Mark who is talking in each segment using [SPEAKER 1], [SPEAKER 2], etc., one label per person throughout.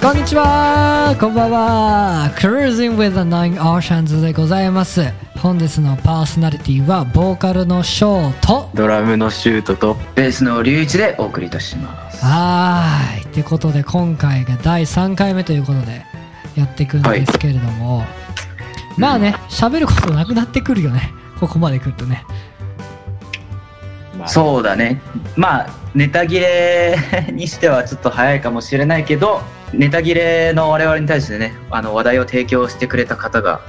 [SPEAKER 1] こんにちはこんばんは Cruising with the Nine Oceans でございます本日のパーソナリティはボーカルのショーと
[SPEAKER 2] ドラムのシュートとベースの龍一でお送りいたします。
[SPEAKER 1] はーいってことで今回が第3回目ということでやっていくんですけれども、まあね喋ることなくなってくるよねここまで来るとね
[SPEAKER 2] そうだね。まあネタ切れにしてはちょっと早いかもしれないけど、ネタ切れの我々に対してね、あの話題を提供してくれた方が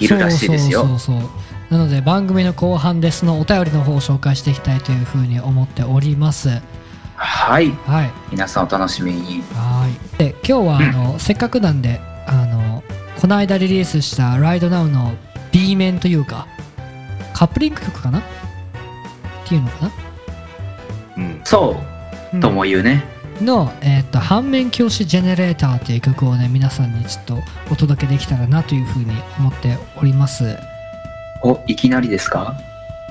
[SPEAKER 2] いるらしいですよ。
[SPEAKER 1] そうそうそうそうなので番組の後半でそのお便りの方を紹介していきたいというふうに思っております
[SPEAKER 2] はい、
[SPEAKER 1] はい
[SPEAKER 2] 皆さんお楽しみに。
[SPEAKER 1] はーいで今日はあの、せっかくなんであのこの間リリースした「ライドナウの B 面というかカップリング曲かなっていうのかな、
[SPEAKER 3] うん、
[SPEAKER 2] そうう、
[SPEAKER 1] ん
[SPEAKER 2] とも言うね。
[SPEAKER 1] の、えーっと反面教師ジェネレーターという曲をね皆さんにちょっとお届けできたらなというふうに思っております
[SPEAKER 2] お、いきなりですか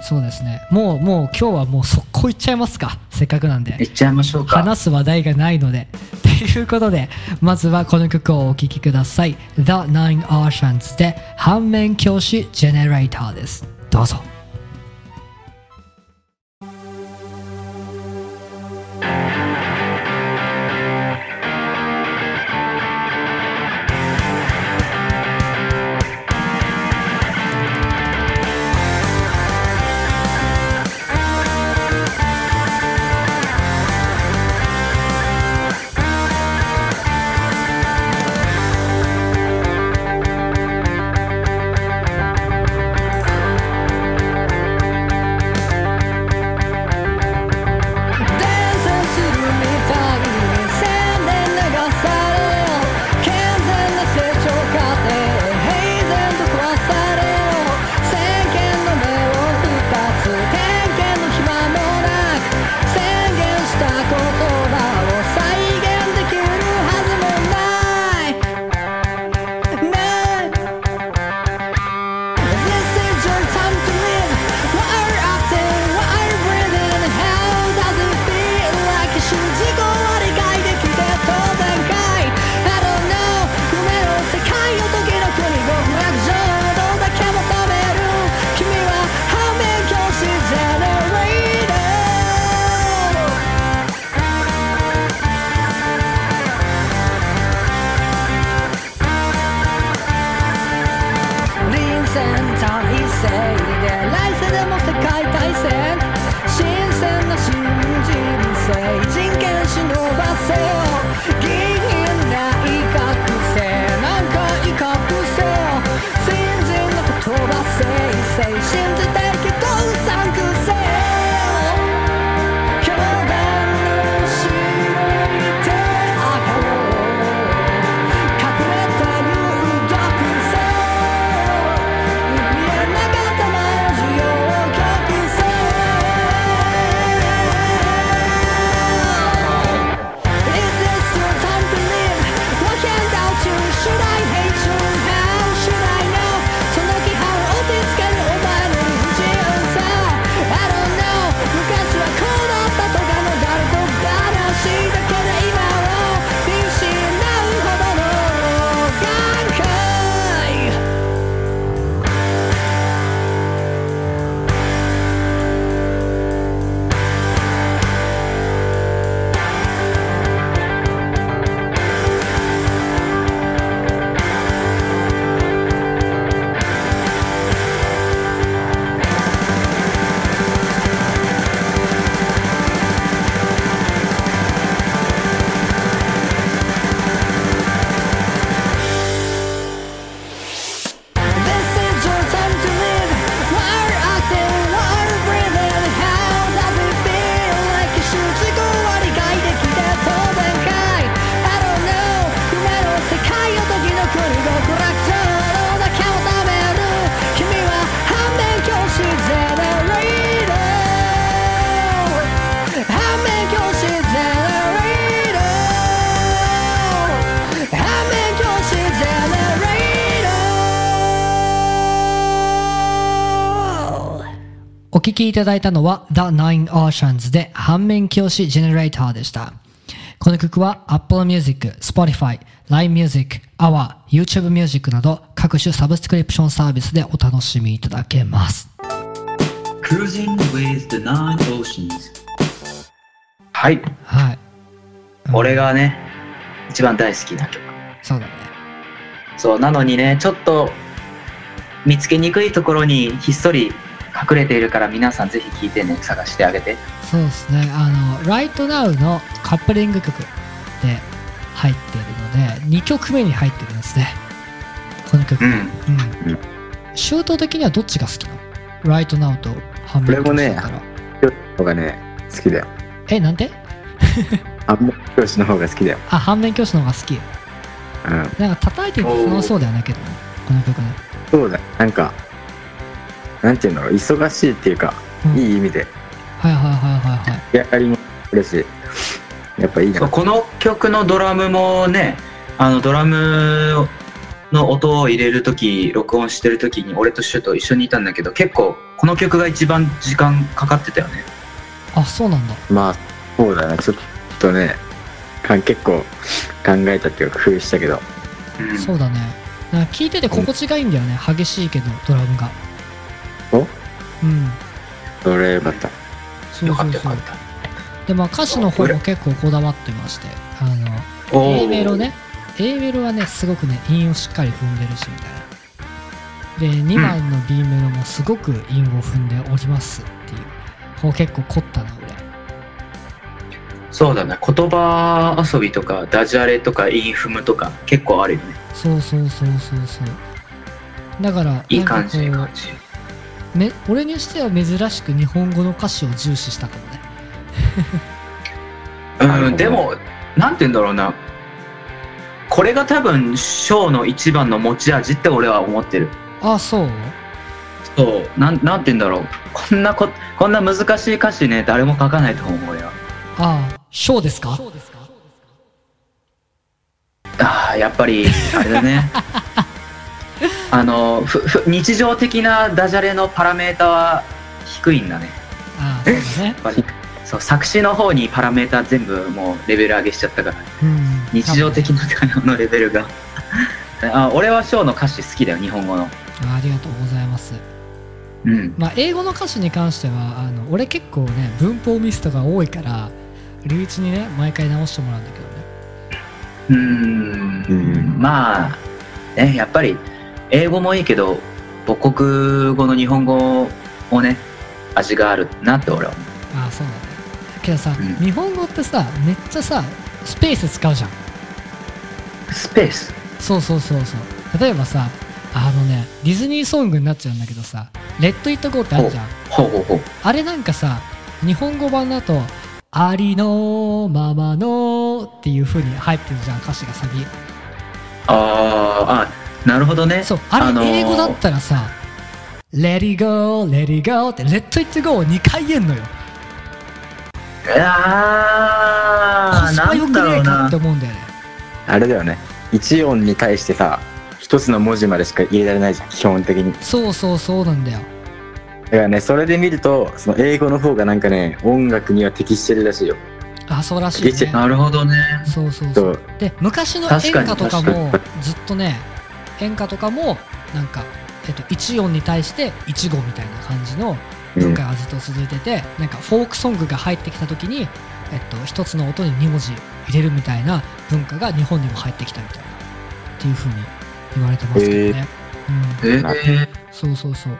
[SPEAKER 1] そうですねもうもう今日はもう速攻いっちゃいますかせっかくなんで
[SPEAKER 2] いっちゃいましょうか。
[SPEAKER 1] 話す話題がないのでということでまずはこの曲をお聴きください The Nine Oceans で反面教師ジェネレーターですどうぞ
[SPEAKER 4] 伝染するみたいに宣伝流され健全な成長過程平然と壊され宣言の目を二つ点検の暇もなく宣言した言葉を再現できるはずもないない This is your time to live. What are you up to? What are you breathing? How does it feel? Like a 瞬時間を理解できて当然かい I don't know 夢の世界の時の国極楽浄土だけ求める君は反面教師ジェネレーター臨戦体制で来世でも世界大戦新鮮な新人生人権忍ばせよ議員内閣制何回隠せよ新人の言葉せいせい信じてけどうさんくせよ教団の白い手赤を隠れた誘導癖見えなかった魔女を隠せ Is this your time to live? What handout you? Should I hate you? How should I know? その気配を落ち着けるお前の不自由さ I don't know 昔はこうだったとかの誰と話だけで今を見失うほどの感慨This is your time to live. While you're acting, while you're breathing, how does it feel? Like you should go on a guy that you get told and guy. I don't know. You might all say, "Kai, you're the kid who couldn't go correct." All that counts, I'm a new. Kimi wa hanmen kyoshi generator. Hanmen kyoshi generator. Hanmen kyoshi generator.
[SPEAKER 1] お聴きいただいたのは The Nine Oceans で反面教師ジェネレーターでした。この曲は Apple Music、Spotify、 LINE Music、Our、YouTube Music など各種サブスクリプションサービスでお楽しみいただけます。
[SPEAKER 2] Cruising with the Nine Oceans はい、
[SPEAKER 1] はい。うん
[SPEAKER 2] 俺がね一番大好きな曲
[SPEAKER 1] そうだね。
[SPEAKER 2] そうなのにねちょっと見つけにくいところにひっそり隠れているから皆さんぜひ聴いてね探してあげて
[SPEAKER 1] そうですね。あの、Right Now のカップリング曲で入っているので、2曲目に入ってるんですね。この曲。
[SPEAKER 2] う
[SPEAKER 1] うん。
[SPEAKER 2] ん
[SPEAKER 1] 周東的にはどっちが好きなの ?Right Now とハンブレッ
[SPEAKER 3] これもね
[SPEAKER 1] だったら。
[SPEAKER 3] のがね、好きだよ。
[SPEAKER 1] え、なんて
[SPEAKER 3] あんま教師の方が好きだよ。
[SPEAKER 1] あ、反面教師の方が好き。
[SPEAKER 3] うん。
[SPEAKER 1] なんか叩いてるの楽しそうだよね、けど、この曲ね。
[SPEAKER 3] そうだ。なんか、なんていうんだろう、忙しいっていうか、
[SPEAKER 1] うん
[SPEAKER 3] いい意味で、
[SPEAKER 1] はいはいはいはいはい。
[SPEAKER 3] やりも嬉しい。やっぱいい
[SPEAKER 2] そう
[SPEAKER 3] な。
[SPEAKER 2] この曲のドラムもねあのドラムの音を入れる時録音してる時に俺とシュと一緒にいたんだけど結構この曲が一番時間かかってたよね
[SPEAKER 1] あ、そうなんだ。
[SPEAKER 3] まあ、そうだな。ちょっとね、かん結構考えたっていうか、工夫したけど、
[SPEAKER 2] うん
[SPEAKER 1] そうだね。なんか聞いてて心地がいいんだよね。激しいけど、ドラムが。
[SPEAKER 3] お
[SPEAKER 1] うん。
[SPEAKER 3] それよかった。
[SPEAKER 1] そう
[SPEAKER 2] よか
[SPEAKER 1] そ
[SPEAKER 2] っ
[SPEAKER 1] う
[SPEAKER 2] たよ
[SPEAKER 1] そ
[SPEAKER 2] か
[SPEAKER 1] う
[SPEAKER 2] っ。た
[SPEAKER 1] で、まあ歌詞の方も結構こだわってまして、あの、
[SPEAKER 2] お
[SPEAKER 1] A メロ
[SPEAKER 2] ー
[SPEAKER 1] ね A メロはねすごくね韻をしっかり踏んでるしみたいなで2番の B メロもすごく韻を踏んでおりますっていうこう結構凝ったな俺
[SPEAKER 2] そうだね言葉遊びとかダジャレとかインフムとか結構あるよね
[SPEAKER 1] そうそうそうそうそうだから
[SPEAKER 2] いい
[SPEAKER 1] なん
[SPEAKER 2] 感
[SPEAKER 1] かこ
[SPEAKER 2] じ
[SPEAKER 1] う
[SPEAKER 2] いい感じ
[SPEAKER 1] め俺にしては珍しく日本語の歌詞を重視したかもね
[SPEAKER 3] なるほ
[SPEAKER 2] う
[SPEAKER 3] ど
[SPEAKER 2] ん、でも、なんて言うんだろうな。これが多分、ショーの一番の持ち味って俺は思ってる。
[SPEAKER 1] あそう
[SPEAKER 2] そう、なん、なんて言うんだろう。こんなこ、こんな難しい歌詞ね、誰も書かないと思う俺は。
[SPEAKER 1] あショーですか
[SPEAKER 2] ああ、やっぱり、あれだね。 あのふふ、日常的なダジャレのパラメータは低いんだね。
[SPEAKER 1] あそうだね
[SPEAKER 2] やっぱりそう、作詞の方にパラメータ全部もうレベル上げしちゃったから。
[SPEAKER 1] うん
[SPEAKER 2] 日常的な会話のレベルが。 あ俺はショーの歌詞好きだよ、日本語の。
[SPEAKER 1] あありがとうございます
[SPEAKER 2] うん。
[SPEAKER 1] まあ、英語の歌詞に関してはあの俺結構ね文法ミスとか多いからリュウイチにね毎回直してもらうんだけどね
[SPEAKER 2] うーん
[SPEAKER 3] うん
[SPEAKER 2] まあ、ね、やっぱり英語もいいけど母国語の日本語もね味があるなって俺は思う
[SPEAKER 1] ああそうだねけどさ、
[SPEAKER 2] うん
[SPEAKER 1] 日本語ってさめっちゃさスペース使うじゃん
[SPEAKER 2] スペース
[SPEAKER 1] そうそうそうそう例えばさあのねディズニーソングになっちゃうんだけどさ「レッド・イット・ゴー」ってあるじゃん
[SPEAKER 2] ほうほうほう
[SPEAKER 1] あれなんかさ日本語版だと「ありのままの」っていう風に入ってるじゃん歌詞がサビ
[SPEAKER 2] あーあなるほどね
[SPEAKER 1] そう、あ
[SPEAKER 2] のー
[SPEAKER 1] れ英語だったらさ、Let it go, let it go って、Let it go を2回言えんのよ。コ
[SPEAKER 2] あー
[SPEAKER 1] ス
[SPEAKER 2] な
[SPEAKER 1] パ良
[SPEAKER 2] ん
[SPEAKER 1] く
[SPEAKER 2] だ
[SPEAKER 1] ね
[SPEAKER 2] ろ
[SPEAKER 1] え
[SPEAKER 2] う
[SPEAKER 1] か
[SPEAKER 2] な
[SPEAKER 1] って思うんだよね。
[SPEAKER 3] あれだよね。一音に対してさ、一つの文字までしか入れられないじゃん、基本的に。
[SPEAKER 1] そうそうそうなんだよ。
[SPEAKER 3] だからね、それで見ると、その英語の方がなんかね、音楽には適してるらしいよ。
[SPEAKER 1] あ、そうらしいね。
[SPEAKER 2] なるほどね
[SPEAKER 1] そうそう
[SPEAKER 3] そ
[SPEAKER 1] そうう。で、昔の演歌とかも、ずっとね、演歌とかも、なんか、えっと、1音に対して1語みたいな感じの
[SPEAKER 3] うん
[SPEAKER 1] 文化がずっと続いてて、なんかフォークソングが入ってきた時に、えっと、一つの音に2文字入れるみたいな文化が日本にも入ってきたみたいなっていうふうに言われてますけどね、
[SPEAKER 2] えー、
[SPEAKER 1] うん、そうそうそう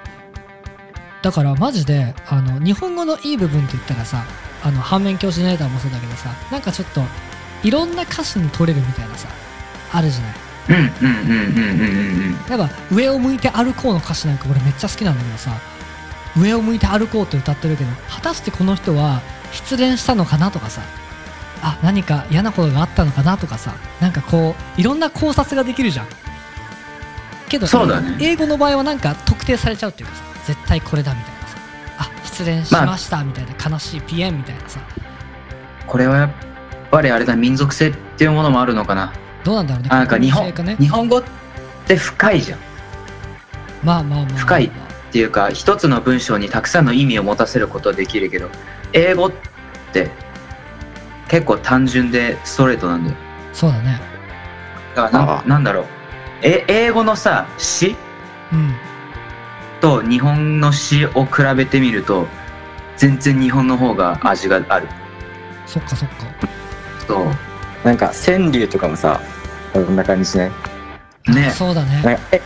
[SPEAKER 1] だからマジであの日本語のいい部分って言ったらさあの反面教師ネーターもそうだけどさなんかちょっといろんな歌詞に取れるみたいなさあるじゃない
[SPEAKER 2] うんうんうんうんうんうんうん
[SPEAKER 1] やっぱ「上を向いて歩こう」の歌詞なんか俺めっちゃ好きなんだけどさ「上を向いて歩こう」って歌ってるけど果たしてこの人は失恋したのかなとかさあ何か嫌なことがあったのかなとかさなんかこういろんな考察ができるじゃんけど
[SPEAKER 2] そうだね
[SPEAKER 1] 英語の場合はなんか特定されちゃうっていうかさ絶対これだみたいなさあ失恋しましたみたいな悲しいピエンみたいなさ
[SPEAKER 2] これはやっぱりあれだ民族性っていうものもあるのかな
[SPEAKER 1] どうなんだろうね
[SPEAKER 2] あなんか日本
[SPEAKER 1] 国民性ね
[SPEAKER 2] 日本語って深いじゃん
[SPEAKER 1] まあまあまあまあ
[SPEAKER 2] 深いっていうか一つの文章にたくさんの意味を持たせることはできるけど英語って結構単純でストレートなんだよ
[SPEAKER 1] そうだね
[SPEAKER 2] だからな
[SPEAKER 3] あー
[SPEAKER 2] なんだろうえ英語のさ「詩
[SPEAKER 1] うん
[SPEAKER 2] と日本の詩を比べてみると全然日本の方が味がある
[SPEAKER 1] そっかそっか
[SPEAKER 2] そ
[SPEAKER 3] なんか川柳とかもさこんな感じしない
[SPEAKER 2] ね
[SPEAKER 1] そうだ
[SPEAKER 3] な
[SPEAKER 1] ね
[SPEAKER 3] んかえ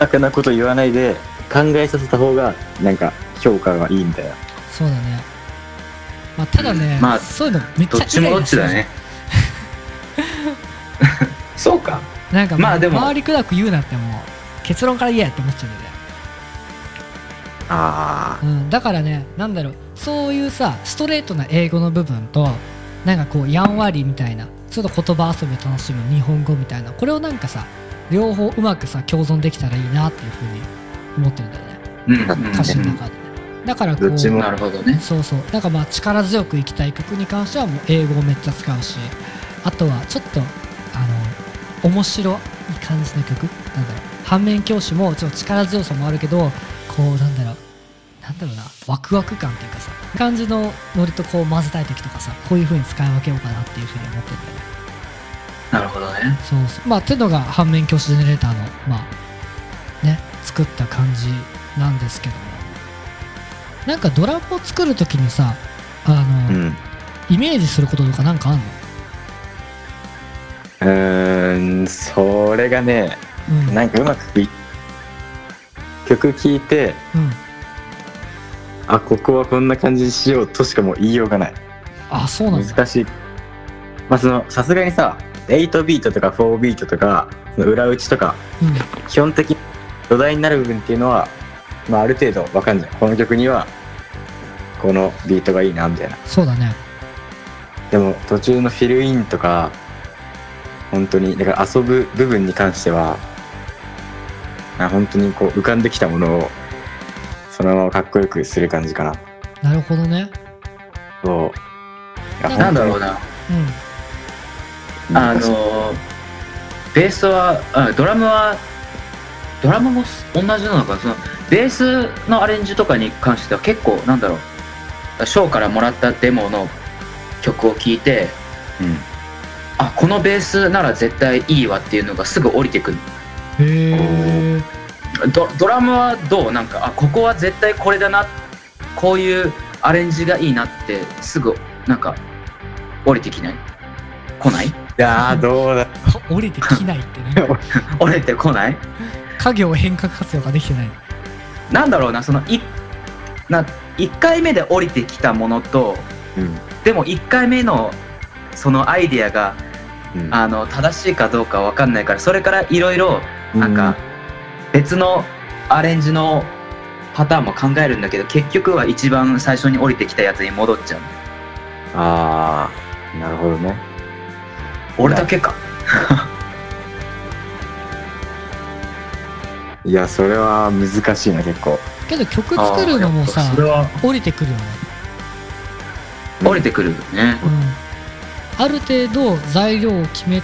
[SPEAKER 3] バカなこと言わないで考えさせた方がなんか評価がいいみたいな
[SPEAKER 1] そうだねまあただね、
[SPEAKER 2] まあ
[SPEAKER 1] そういうのめっちゃ
[SPEAKER 2] どっちもどっちだねそうか
[SPEAKER 1] なんか、
[SPEAKER 2] まあでも
[SPEAKER 1] 周りくどく言うなってもう結論から言えやって思っちゃうんだよね、
[SPEAKER 3] あ
[SPEAKER 1] うん、だからねなんだろうそういうさストレートな英語の部分となんかこうやんわりみたいなちょっと言葉遊びを楽しむ日本語みたいなこれをなんかさ両方うまくさ共存できたらいいなっていうふうに思ってるんだよね
[SPEAKER 2] うんうんうん
[SPEAKER 1] 歌詞の中でね、だからこ
[SPEAKER 3] どっち
[SPEAKER 1] う
[SPEAKER 3] も
[SPEAKER 2] なるほどね
[SPEAKER 1] そうそうなんかまあ力強くいきたい曲に関してはもう英語をめっちゃ使うしあとはちょっとあの面白い感じの曲なんだろう反面教師もちょっと力強さもあるけどこうなんだろうなんだろうなワクワク感というかさ感じのノリとこう混ぜたい時とかさこういう風に使い分けようかなっていう風に思ってるんだよね
[SPEAKER 2] なるほどね
[SPEAKER 1] そうそうまあてのが反面教師ジェネレーターのまあね作った感じなんですけどもなんかドラムを作る時にさあ
[SPEAKER 3] あ
[SPEAKER 1] の、
[SPEAKER 3] うん
[SPEAKER 1] イメージすることとかなんかあんの、
[SPEAKER 3] うーんそれがね
[SPEAKER 1] うん、
[SPEAKER 3] なんかうまくい曲聴いて
[SPEAKER 1] うん、
[SPEAKER 3] あここはこんな感じにしようとしかもう言いようがない
[SPEAKER 1] あそうなんだ
[SPEAKER 3] 難しいまあそのさすがにさ8ビートとか4ビートとかその裏打ちとか
[SPEAKER 1] うん
[SPEAKER 3] 基本的に土台になる部分っていうのは、まあ、ある程度わかんないこの曲にはこのビートがいいなみたいな
[SPEAKER 1] そうだね
[SPEAKER 3] でも途中のフィルインとか本当にだから遊ぶ部分に関してはあ本当にこう浮かんできたものをそのままかっこよくする感じかな
[SPEAKER 1] なるほどね
[SPEAKER 3] そうい
[SPEAKER 1] な
[SPEAKER 3] や
[SPEAKER 1] ん
[SPEAKER 2] なんだろうな
[SPEAKER 1] うん
[SPEAKER 2] あのベースはあドラムはドラムもす同じなのかなそのベースのアレンジとかに関しては結構なんだろうショーからもらったデモの曲を聴いて
[SPEAKER 3] うん
[SPEAKER 2] あこのベースなら絶対いいわっていうのがすぐ降りてくる
[SPEAKER 1] へえ
[SPEAKER 2] ドドラムはどうなんかあここは絶対これだなこういうアレンジがいいなってすぐなんか降りてきない来ない
[SPEAKER 3] いやーどうだ
[SPEAKER 1] 降りてきないってね
[SPEAKER 2] 降りてこない
[SPEAKER 1] 家業変革活用ができてない
[SPEAKER 2] なんだろうなそのいな1回目で降りてきたものと
[SPEAKER 3] うん
[SPEAKER 2] でも1回目のそのアイディアが
[SPEAKER 3] うん
[SPEAKER 2] あの正しいかどうかわかんないからそれからいろいろ
[SPEAKER 3] うん
[SPEAKER 2] なんか別のアレンジのパターンも考えるんだけど結局は一番最初に降りてきたやつに戻っちゃう
[SPEAKER 3] ああなるほどね
[SPEAKER 2] 俺だけか
[SPEAKER 3] いやそれは難しいな結構
[SPEAKER 1] けど曲作るのも
[SPEAKER 2] あー
[SPEAKER 1] さ
[SPEAKER 2] それは
[SPEAKER 1] 降りてくるよね、
[SPEAKER 2] 降りてくるよね
[SPEAKER 1] うん、ある程度材料を決め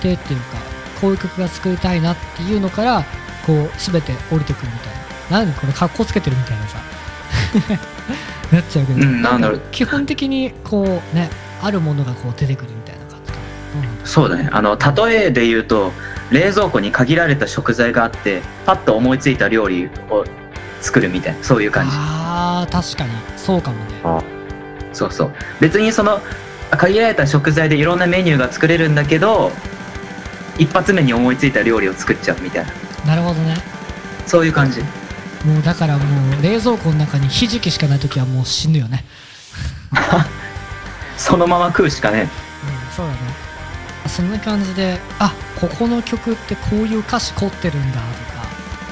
[SPEAKER 1] てっていうかこういう曲が作りたいなっていうのからこう全て降りてくるみたいな何これ格好つけてるみたいなさ なっちゃうけど、
[SPEAKER 2] うんなんだろう
[SPEAKER 1] か基本的にこうねあるものがこう出てくるみたいな感じかな
[SPEAKER 2] そうだねあの例えで言うと冷蔵庫に限られた食材があってパッと思いついた料理を作るみたいなそういう感じ
[SPEAKER 1] あー確かにそうかもね
[SPEAKER 3] あ
[SPEAKER 2] そうそう別にその限られた食材でいろんなメニューが作れるんだけど一発目に思いついた料理を作っちゃうみたいな
[SPEAKER 1] なるほどね
[SPEAKER 2] そういう感じ
[SPEAKER 1] もうだからもう冷蔵庫の中にひじきしかない時はもう死ぬよね
[SPEAKER 2] そのまま食うしかね
[SPEAKER 1] うん、そうだねそんな感じであここの曲ってこういう歌詞凝ってるんだとか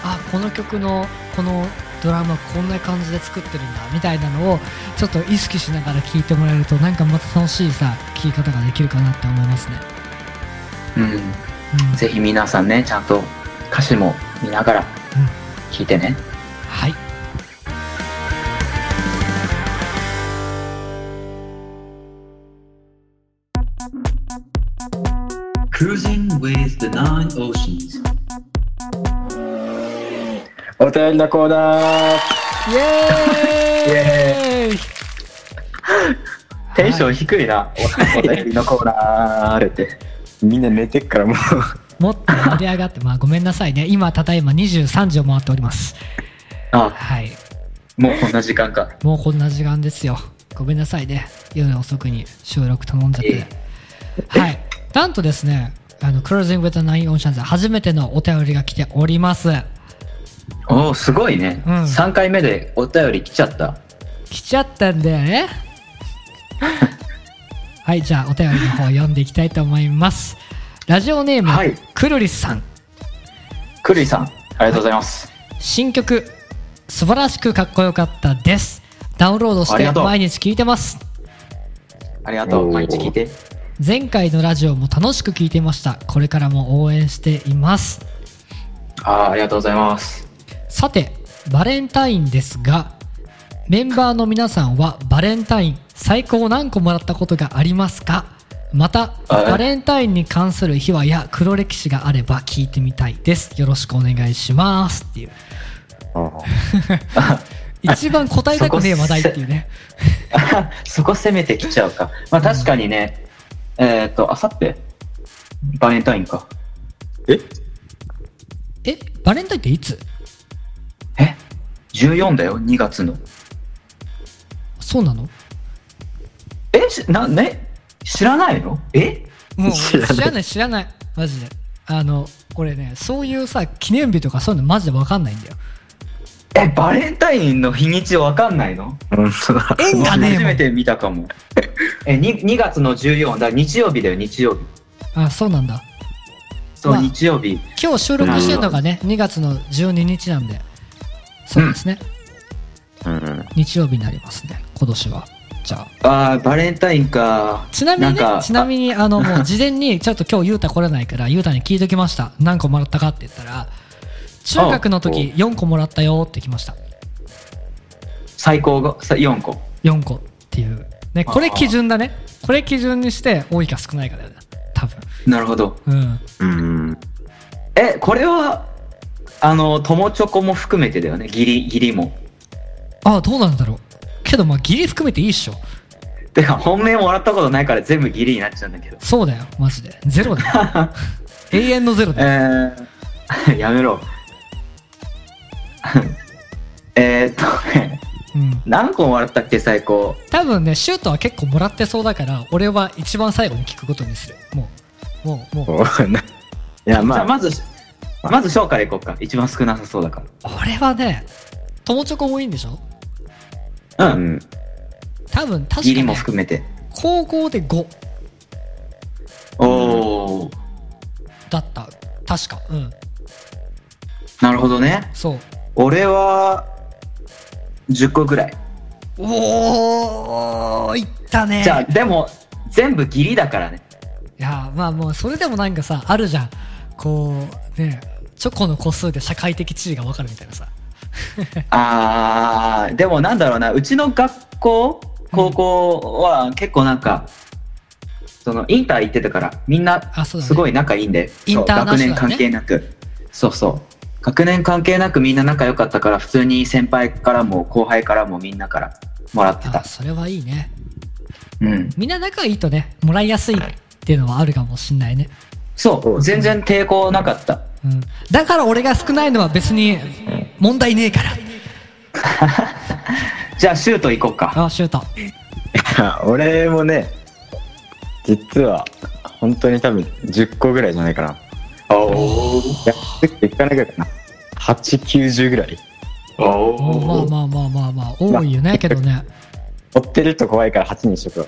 [SPEAKER 1] あこの曲のこのドラマこんな感じで作ってるんだみたいなのをちょっと意識しながら聴いてもらえるとなんかまた楽しいさ聴き方ができるかなって思いますね、
[SPEAKER 2] うん
[SPEAKER 1] うん、
[SPEAKER 2] ぜひ皆さんねちゃんと歌詞も見ながら聞いてね、
[SPEAKER 1] はい
[SPEAKER 2] Cruising with the Nine Oceans
[SPEAKER 3] お便りのコーナー
[SPEAKER 1] イエーイ
[SPEAKER 2] テンション低いな、お便りのコーナーって
[SPEAKER 3] みんな寝てっからもう
[SPEAKER 1] もっと盛り上がって、まあごめんなさいね。今、ただいま23時を回っております。
[SPEAKER 2] あ、
[SPEAKER 1] はい。
[SPEAKER 2] もうこんな時間か。
[SPEAKER 1] もうこんな時間ですよ。ごめんなさいね。夜遅くに収録頼んじゃっ
[SPEAKER 2] い
[SPEAKER 1] て
[SPEAKER 2] え。
[SPEAKER 1] はい。なんとですね、あの、Closing with the Nine Oceans 初めてのお便りが来ております。
[SPEAKER 2] おお、すごいね。
[SPEAKER 1] うん
[SPEAKER 2] 3回目でお便り来ちゃった。
[SPEAKER 1] 来ちゃったんだよね。はい、じゃあお便りの方読んでいきたいと思います。ラジオネーム、
[SPEAKER 2] はい
[SPEAKER 1] くるりすさん。
[SPEAKER 2] くるいさん、ありがとうございます。
[SPEAKER 1] 新曲素晴らしくかっこよかったですダウンロードし
[SPEAKER 2] あり
[SPEAKER 1] て
[SPEAKER 2] がとう
[SPEAKER 1] 毎日聞いてます
[SPEAKER 2] ありがと
[SPEAKER 3] お
[SPEAKER 2] う。
[SPEAKER 3] ー
[SPEAKER 2] 毎日聞いて。
[SPEAKER 1] 前回のラジオも楽しく聞いていましたこれからも応援しています
[SPEAKER 2] ああー、ありがとうございます。
[SPEAKER 1] さてバレンタインですがメンバーの皆さんはバレンタイン最高何個もらったことがありますかまた
[SPEAKER 2] あれ
[SPEAKER 1] バレンタインに関する秘話や黒歴史があれば聞いてみたいですよろしくお願いしますっていう
[SPEAKER 3] あ
[SPEAKER 1] 一番答えたくねえ話題っていう ね
[SPEAKER 2] そこ攻めてきちゃうか。まあ確かにね、えっ、と、あさって、バレンタインか。
[SPEAKER 3] え
[SPEAKER 1] えバレンタインっていつ
[SPEAKER 2] え ?14 だよ、2月の。
[SPEAKER 1] そうなの
[SPEAKER 2] えしな、ね知らないのえ
[SPEAKER 1] もう
[SPEAKER 3] 知らない
[SPEAKER 1] 知らない知らないマジであの俺ねそういうさ記念日とかそういうのマジで分かんないんだよ
[SPEAKER 2] え、バレンタインの日にちわかんないの
[SPEAKER 3] 本当だ。
[SPEAKER 1] 縁がねえもん
[SPEAKER 2] 初めて見たかも。 え、2, 2月の14、だから日曜日だよ、日曜日。
[SPEAKER 1] あそうなんだ
[SPEAKER 2] そう、
[SPEAKER 1] まあ
[SPEAKER 2] 日曜日。
[SPEAKER 1] 今日収録してるのがね2月の12日なんでそうですね、
[SPEAKER 3] うん。
[SPEAKER 1] 日曜日になりますね今年はじゃあ
[SPEAKER 2] ああ、バレンタインか。
[SPEAKER 1] ちなみにね
[SPEAKER 2] んか
[SPEAKER 1] ちなみにあのもう事前にちょっと今日ゆうた来れないからゆうたに聞いときました何個もらったかって言ったら中学の時4個もらったよって来ました
[SPEAKER 2] 最高がさ4個。
[SPEAKER 1] 4個っていうねこれ基準だねこれ基準にして多いか少ないかだよね多分
[SPEAKER 2] なるほど。
[SPEAKER 1] うん
[SPEAKER 3] うん。
[SPEAKER 2] え、これは、あの、友チョコも含めてだよね。ギリ、ギリも。
[SPEAKER 1] ああどうなんだろうけどまあ義理含めていいっしょ
[SPEAKER 2] てか、本命もらったことないから全部ギリになっちゃうんだけど。
[SPEAKER 1] そうだよマジでゼロだよ 永遠のゼロ
[SPEAKER 2] え
[SPEAKER 1] だよ
[SPEAKER 2] ー、 やめろ。えーっとね、
[SPEAKER 1] うん
[SPEAKER 2] 何個もらったっけ、最高。
[SPEAKER 1] 多分ねシュートは結構もらってそうだから俺は一番最後に聞くことにするもうもうもう
[SPEAKER 3] お ないや、
[SPEAKER 2] じ
[SPEAKER 3] ま
[SPEAKER 2] ゃあ、
[SPEAKER 3] あ、
[SPEAKER 2] まず、まず、翔からいこうか。一番少なさそうだか
[SPEAKER 1] 俺はね友チョコもいいんでしょ
[SPEAKER 2] ら。
[SPEAKER 3] う
[SPEAKER 2] うん。
[SPEAKER 3] ん。
[SPEAKER 1] 多分確
[SPEAKER 2] ギ
[SPEAKER 1] か
[SPEAKER 2] リ
[SPEAKER 1] ね
[SPEAKER 2] も含めて。
[SPEAKER 1] 高校で5
[SPEAKER 2] おー、
[SPEAKER 1] だった確かうん
[SPEAKER 2] なるほどね。
[SPEAKER 1] そう
[SPEAKER 2] 俺は、10個ぐらい。
[SPEAKER 1] おおいったね
[SPEAKER 2] じゃあ、でも、全部ギリだから ね。
[SPEAKER 1] いやーまあもうそれでもなんかさあるじゃんこうねチョコの個数で社会的地位が分かるみたいなさ
[SPEAKER 2] あー、でもなんだろうな、うちの学校、高校は結構なんか、そのインター行ってたから、みんな
[SPEAKER 1] あそうだね
[SPEAKER 2] すごい仲いいんで、
[SPEAKER 1] インターナショナルね
[SPEAKER 2] そう学年関係なく。そうそう。学年関係なくみんな仲良かったから、普通に先輩からも後輩からもみんなからもらって
[SPEAKER 1] あ
[SPEAKER 2] た。
[SPEAKER 1] それはいいね
[SPEAKER 2] うん。
[SPEAKER 1] みんな仲いいとねもらいやすいっていうのはあるかもしんないね、
[SPEAKER 2] そ、
[SPEAKER 3] そううです
[SPEAKER 2] 全
[SPEAKER 3] ね
[SPEAKER 2] 然抵抗なかった。
[SPEAKER 1] うん、だから俺が少ないのは別に問題ねえから
[SPEAKER 2] じゃあシュート行こうか。
[SPEAKER 1] あシュート
[SPEAKER 3] 俺もね、実は、本当に多分10個ぐらいじゃないかな。
[SPEAKER 2] お
[SPEAKER 3] いや、10個いかないぐらいかな。8、90ぐらい。
[SPEAKER 1] おまあまあまあまあまあ多いよねけどね
[SPEAKER 3] 追ってると怖いから8にしとくわ。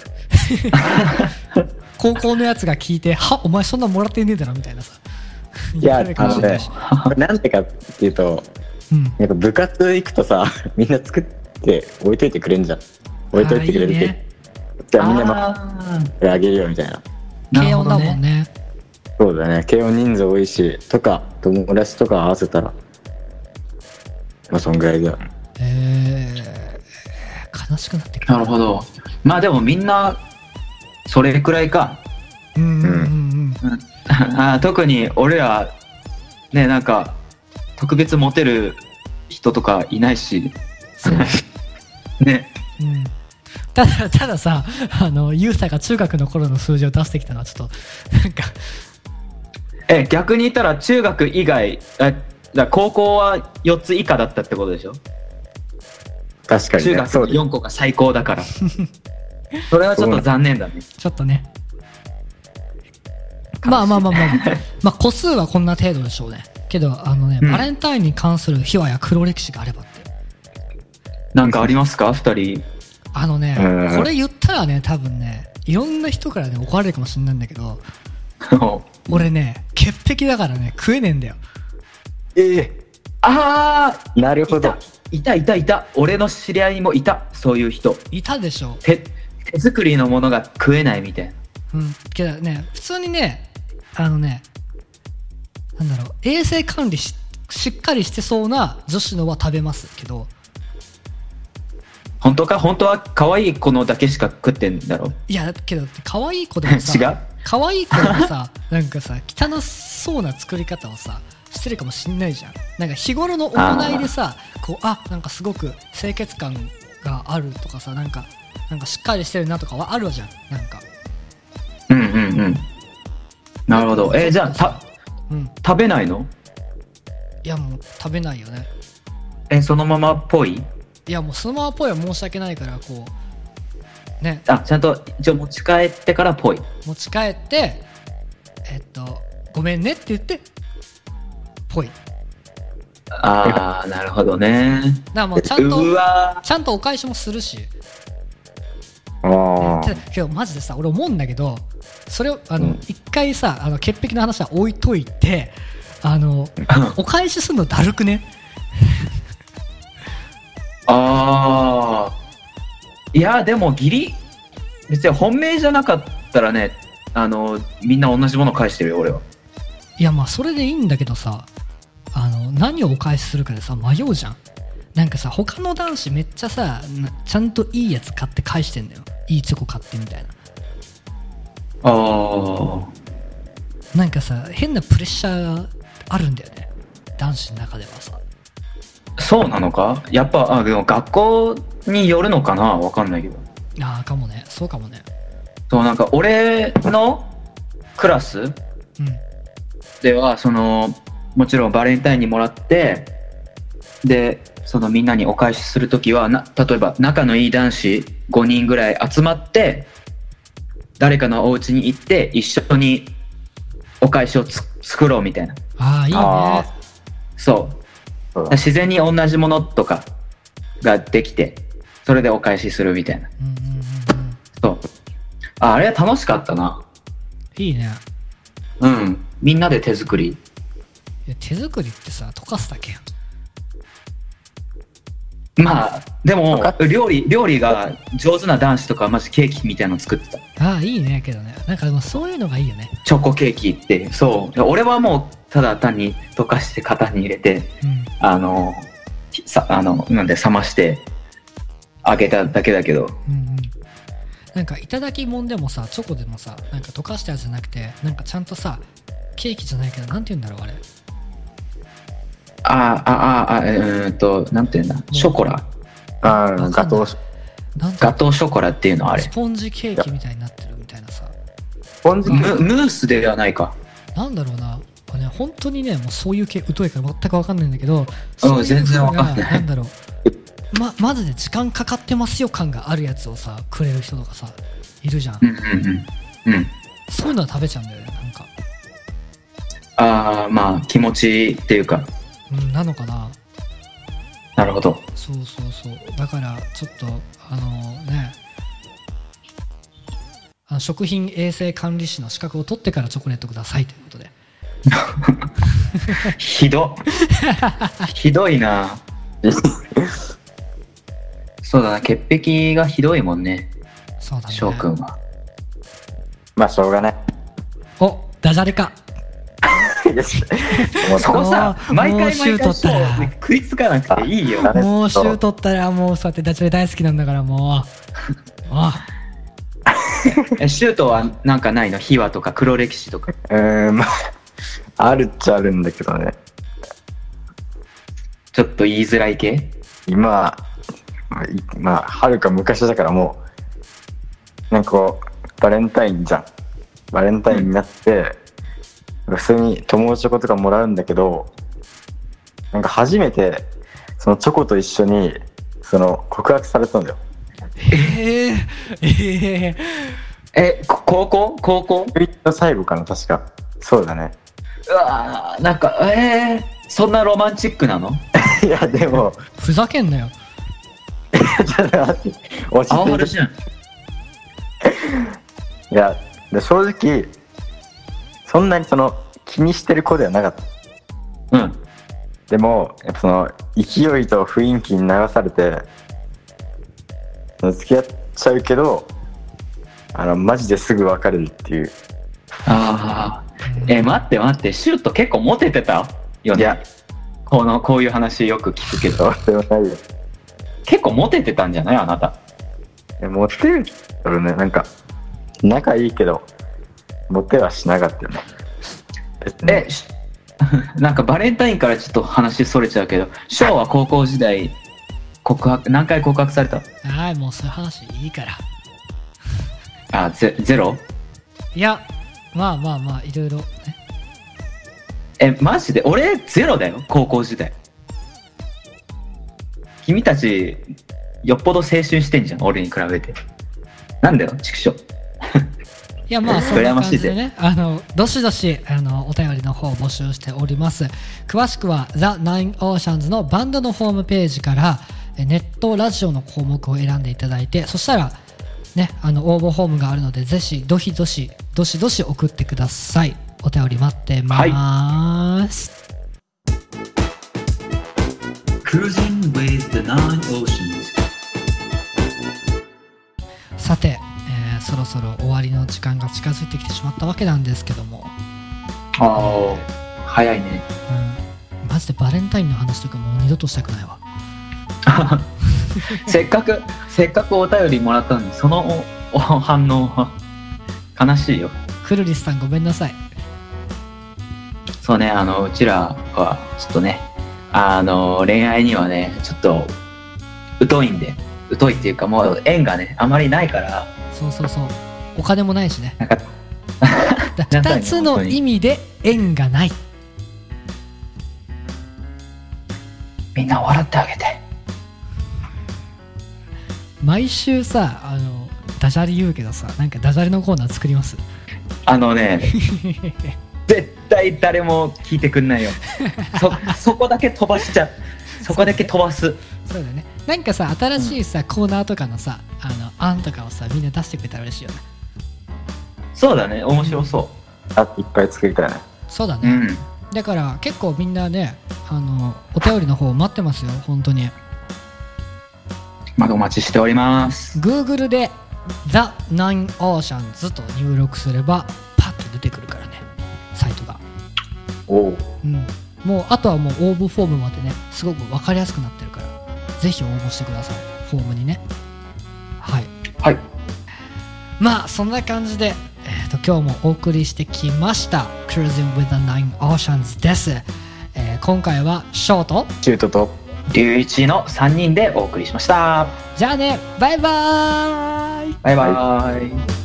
[SPEAKER 1] 高校のやつが聞いて「はお前そんなもらってねえだろ」みたいなさ
[SPEAKER 3] いや
[SPEAKER 1] 言われるかもしれないし
[SPEAKER 3] これなんでかっていうと、
[SPEAKER 1] うん
[SPEAKER 3] なんか部活行くとさ、 みんな作って置いといてくれんじゃん。置いといてくれ
[SPEAKER 1] あー
[SPEAKER 3] るっ
[SPEAKER 1] いい
[SPEAKER 3] て。
[SPEAKER 1] ね
[SPEAKER 3] じゃあみんなま
[SPEAKER 2] あー
[SPEAKER 3] これあげるよみたいな。
[SPEAKER 1] 軽音だもんね
[SPEAKER 3] そうだね。慶応人数多いし、とか、友達とか合わせたら、まあそんぐらいだよ。
[SPEAKER 1] えー、悲しくなってくる
[SPEAKER 2] なるほど。まあでもみんな、それくらいか。
[SPEAKER 1] うんうんうん
[SPEAKER 2] うんあー特に俺ら、ね、なんか、特別モテる人とかいないし、
[SPEAKER 1] そう
[SPEAKER 2] ね。
[SPEAKER 1] うんただ たださあのユーサが中学の頃の数字を出してきたのはちょっとなんか
[SPEAKER 2] え逆に言ったら中学以外あだ高校は4つ以下だったってことでしょ
[SPEAKER 3] 確かに
[SPEAKER 2] 中
[SPEAKER 3] ね。
[SPEAKER 2] 学
[SPEAKER 3] そ
[SPEAKER 2] の
[SPEAKER 3] うです。
[SPEAKER 2] 4個が最高だ からそれはちょっと残念だね
[SPEAKER 1] ちょっとね。まあまあまあまあ、まあ個数はこんな程度でしょうね。けど、あのね、
[SPEAKER 2] うん
[SPEAKER 1] バレンタインに関する秘話や黒歴史があればって。
[SPEAKER 2] なんかありますか2人
[SPEAKER 1] あのね
[SPEAKER 3] う、ん
[SPEAKER 1] これ言ったらね、多分ね、いろんな人からね、怒られるかもしれないんだけど、俺ね、潔癖だからね、食えねえんだよ。
[SPEAKER 3] ええ
[SPEAKER 2] ああ
[SPEAKER 3] なるほ
[SPEAKER 2] い
[SPEAKER 3] ど
[SPEAKER 2] た。いたいたいた俺の知り合いにもいたそういう人
[SPEAKER 1] いたでしょ。
[SPEAKER 2] 手手作りのものが食えないみたいな
[SPEAKER 1] うん。けどね、普通にね、あのね、なんだろう、衛生管理ししっかりしてそうな女子のは食べますけど、
[SPEAKER 2] 本当か本当は可愛い子のだけしか食ってんだろ
[SPEAKER 1] いや、けど、可愛い子でもさ、
[SPEAKER 2] 違う
[SPEAKER 1] 可愛い子もさ なんかさ汚そうな作り方をさしてるかもしんないじゃんなんか日頃の行いでさこうあなんかすごく清潔感があるとかさなんかなんかしっかりしてるなとかはあるじゃんなんか
[SPEAKER 2] うんうんうんなるほどえーじゃあた
[SPEAKER 1] うん
[SPEAKER 2] 食べないの
[SPEAKER 1] いやもう食べないよね
[SPEAKER 2] えーそのままっぽい
[SPEAKER 1] いやもうそのままぽいは申し訳ないからこうね
[SPEAKER 2] あちゃんと一応持ち帰ってからっぽい
[SPEAKER 1] 持ち帰ってえっとごめんねって言ってぽいだか
[SPEAKER 2] ああなるほどね
[SPEAKER 1] らもうちゃんと
[SPEAKER 2] うわ
[SPEAKER 1] ちゃんとお返しもするし
[SPEAKER 3] あ
[SPEAKER 1] ただけどマジでさ俺思うんだけどそれをあの、
[SPEAKER 3] うん
[SPEAKER 1] 一回さあの潔癖の話は置いといてあ のお返しするのだるくね
[SPEAKER 2] あーいやでも義理別に本命じゃなかったらねあのみんな同じもの返してるよ俺はい
[SPEAKER 1] やまあそれでいいんだけどさあの何をお返しするかでさ迷うじゃんなんかさ他の男子めっちゃさなちゃんといいやつ買って返してんだよいいチョコ買ってみたいな
[SPEAKER 2] ああ
[SPEAKER 1] なんかさ変なプレッシャーがあるんだよね男子の中ではさ
[SPEAKER 2] そうなのかやっぱあでも学校によるのかなわかんないけど
[SPEAKER 1] ああかもねそうかもね
[SPEAKER 2] そうなんか俺のクラス
[SPEAKER 1] うん
[SPEAKER 2] ではそのもちろんバレンタインにもらってでそのみんなにお返しする時はな例えば仲のいい男子5人ぐらい集まって誰かのお家に行って一緒にお返しをつ作ろうみたいな
[SPEAKER 1] ああいい
[SPEAKER 3] あ
[SPEAKER 1] ね
[SPEAKER 2] そう
[SPEAKER 3] そうだ
[SPEAKER 2] 自然に同じものとかができてそれでお返しするみたいな
[SPEAKER 1] うんうんうんうん
[SPEAKER 2] そうああれは楽しかったない
[SPEAKER 1] いね
[SPEAKER 2] うんみんなで手作り
[SPEAKER 1] いや手作りってさ溶かすだけやん
[SPEAKER 2] まあでも料理料理が上手な男子とかはマジケーキみたいなの作ってた
[SPEAKER 1] ああいいねけどねなんかでもそういうのがいいよね
[SPEAKER 2] チョコケーキってそう俺はもうただ単に溶かして型に入れて
[SPEAKER 1] うん
[SPEAKER 2] あのさあのなんで冷ましてあげただけだけ
[SPEAKER 1] う
[SPEAKER 2] ど
[SPEAKER 1] んうんなんかいただきもんでもさチョコでもさなんか溶かしたやつじゃなくてなんかちゃんとさケーキじゃないけどなんて言うんだろうあれ
[SPEAKER 2] ああああうーんとなんていうんだショコラ
[SPEAKER 3] あ
[SPEAKER 1] わ
[SPEAKER 3] ー、
[SPEAKER 1] か
[SPEAKER 3] ガ
[SPEAKER 1] んない
[SPEAKER 3] トー、ス
[SPEAKER 1] なんて
[SPEAKER 2] ガトーショコラっていうのはあ
[SPEAKER 1] ス
[SPEAKER 2] れ
[SPEAKER 1] ポンジケーキみたいになってるみたいなさ
[SPEAKER 3] ポンジケー
[SPEAKER 2] ムムースではないか
[SPEAKER 1] なんだろうなこれね本当にねもうそういう系疎いから全く分かんないんだけど
[SPEAKER 2] うん全然わかんない
[SPEAKER 1] なんだろうまマジで時間かかってますよ感があるやつをさくれる人とかさいるじゃん
[SPEAKER 2] うんうんうんうん
[SPEAKER 1] そういうのは食べちゃうんだよねなんか
[SPEAKER 2] ああまあ気持ちっていうか
[SPEAKER 1] うんなのかな
[SPEAKER 2] なるほど
[SPEAKER 1] そうそうそうだからちょっとあのねあの食品衛生管理士の資格を取ってからチョコレートくださいということで
[SPEAKER 2] ひどひどいなそうだな潔癖がひどいもんね
[SPEAKER 1] そうだね
[SPEAKER 2] 翔くんは
[SPEAKER 3] まあ、しょうがない。
[SPEAKER 1] おダジャレか
[SPEAKER 3] よしもう
[SPEAKER 2] そこさ
[SPEAKER 1] あー
[SPEAKER 2] 毎
[SPEAKER 1] もう
[SPEAKER 2] 回
[SPEAKER 1] シュー
[SPEAKER 2] 毎
[SPEAKER 1] ト
[SPEAKER 2] 回
[SPEAKER 1] った
[SPEAKER 2] そう食いつかなくていいよ
[SPEAKER 3] ダメ
[SPEAKER 1] もうシュー
[SPEAKER 3] そう
[SPEAKER 1] 取ったらもうそうやってダジャレ大好きなんだから もうあ
[SPEAKER 2] えシュートはなんかないの秘話とか黒歴史とか
[SPEAKER 3] うーん、まあ、あるっちゃあるんだけどね。
[SPEAKER 2] ちょっと言いづらい系
[SPEAKER 3] 今、まあいまあ、はるか昔だからもう、なんかこう、バレンタインじゃん。バレンタインになって、なんか普通に友チョコとかもらうんだけどなんか初めてそのチョコと一緒にその告白されてたんだよ
[SPEAKER 1] ええええ
[SPEAKER 2] え、こ高校高校
[SPEAKER 3] 中1の最後かな確かそうだね
[SPEAKER 2] うわーなんか、えー、そんなロマンチックなの
[SPEAKER 3] いやでも
[SPEAKER 1] ふざけんなよ
[SPEAKER 3] ちょっと待って落ち
[SPEAKER 2] 青
[SPEAKER 3] 着い
[SPEAKER 2] 春
[SPEAKER 3] て
[SPEAKER 2] じゃん。
[SPEAKER 3] いやで正直そんなにその気にしてる子ではなかった
[SPEAKER 2] うん。
[SPEAKER 3] でもやっぱその勢いと雰囲気に流されてその付き合っちゃうけどあのマジですぐ別れるっていう
[SPEAKER 2] ああ。え、待って待って、シュート結構モテてたよ
[SPEAKER 3] いや
[SPEAKER 2] ね。この、こういう話よく聞くけど。
[SPEAKER 3] どうでもないよ
[SPEAKER 2] 結構モテてたんじゃないあなた。
[SPEAKER 3] えモテるだろうねなんか仲いいけどモテはしなかったよね別に
[SPEAKER 2] え、し なんかバレンタインからちょっと話それちゃうけど、ショーは高校時代、告白、何回告白された
[SPEAKER 1] はいもうそういう話いいから
[SPEAKER 2] あ、ゼゼロ
[SPEAKER 1] いやまあまあまあいろいろね
[SPEAKER 2] え、マジで俺ゼロだよ、高校時代。君たち、よっぽど青春してんじゃん、俺に比べて。なんだよ、畜生。
[SPEAKER 1] いやまあそんな
[SPEAKER 2] 羨ま
[SPEAKER 1] 感
[SPEAKER 2] しい
[SPEAKER 1] じ
[SPEAKER 2] ぜ
[SPEAKER 1] でねあのどしどしあのお便りの方を募集しております詳しくは THE9OCEANS のバンドのホームページからえネットラジオの項目を選んでいただいてそしたらねあの応募フォームがあるのでぜひどひどしどしどし送ってくださいお便り待ってます、
[SPEAKER 2] Cruising with the Nine Oceans
[SPEAKER 1] さて、えーそろそろ終わりの時間が近づいてきてしまったわけなんですけども、
[SPEAKER 2] ああ早いね
[SPEAKER 1] うん、マジでバレンタインの話とかもう二度としたくないわ
[SPEAKER 2] せっかくせっかくお便りもらったのにそのおお反応は悲しいよ
[SPEAKER 1] くるりすさんごめんなさい
[SPEAKER 2] そうねあのうちらはちょっとねあの恋愛にはねちょっと疎いんで疎いっていうかもう縁がねあまりないから
[SPEAKER 1] そうそうそうお金もないしね
[SPEAKER 2] なんか
[SPEAKER 1] だ
[SPEAKER 2] なんか
[SPEAKER 1] 2つの意味で縁がない
[SPEAKER 2] みんな笑ってあげて
[SPEAKER 1] 毎週さあのダジャレ言うけどさなんかダジャレのコーナー作ります
[SPEAKER 2] あのね絶対誰も聞いてくんないよそそこだけ飛ばしちゃうそこだけ飛ばす
[SPEAKER 1] そうだよねなんかさ新しいさ、コーナーとかのさあの案とかをさみんな出してくれたら嬉しいよね
[SPEAKER 2] そうだね面白そ
[SPEAKER 3] あいっぱい作りたいね
[SPEAKER 1] そうだ
[SPEAKER 2] うう
[SPEAKER 1] ね、
[SPEAKER 2] ん
[SPEAKER 1] だから結構みんなねあのお便りの方待ってますよ本当に
[SPEAKER 2] まだお待ちしております。
[SPEAKER 1] Google で「THE9OCEANS」と入力すればパッと出てくるからねサイトが
[SPEAKER 3] おお
[SPEAKER 1] うん、もうあとはもう応募フォームまでねすごく分かりやすくなってるからぜひ応募してくださいフォームにねはい
[SPEAKER 2] はい
[SPEAKER 1] まあそんな感じで、えー、と今日もお送りしてきました「Cruising with the Nine Oceans」です、えー今回はショート
[SPEAKER 3] シュートと
[SPEAKER 2] 龍一の3人でお送りしました。
[SPEAKER 1] じゃあねバイバーイ
[SPEAKER 2] バイバイ。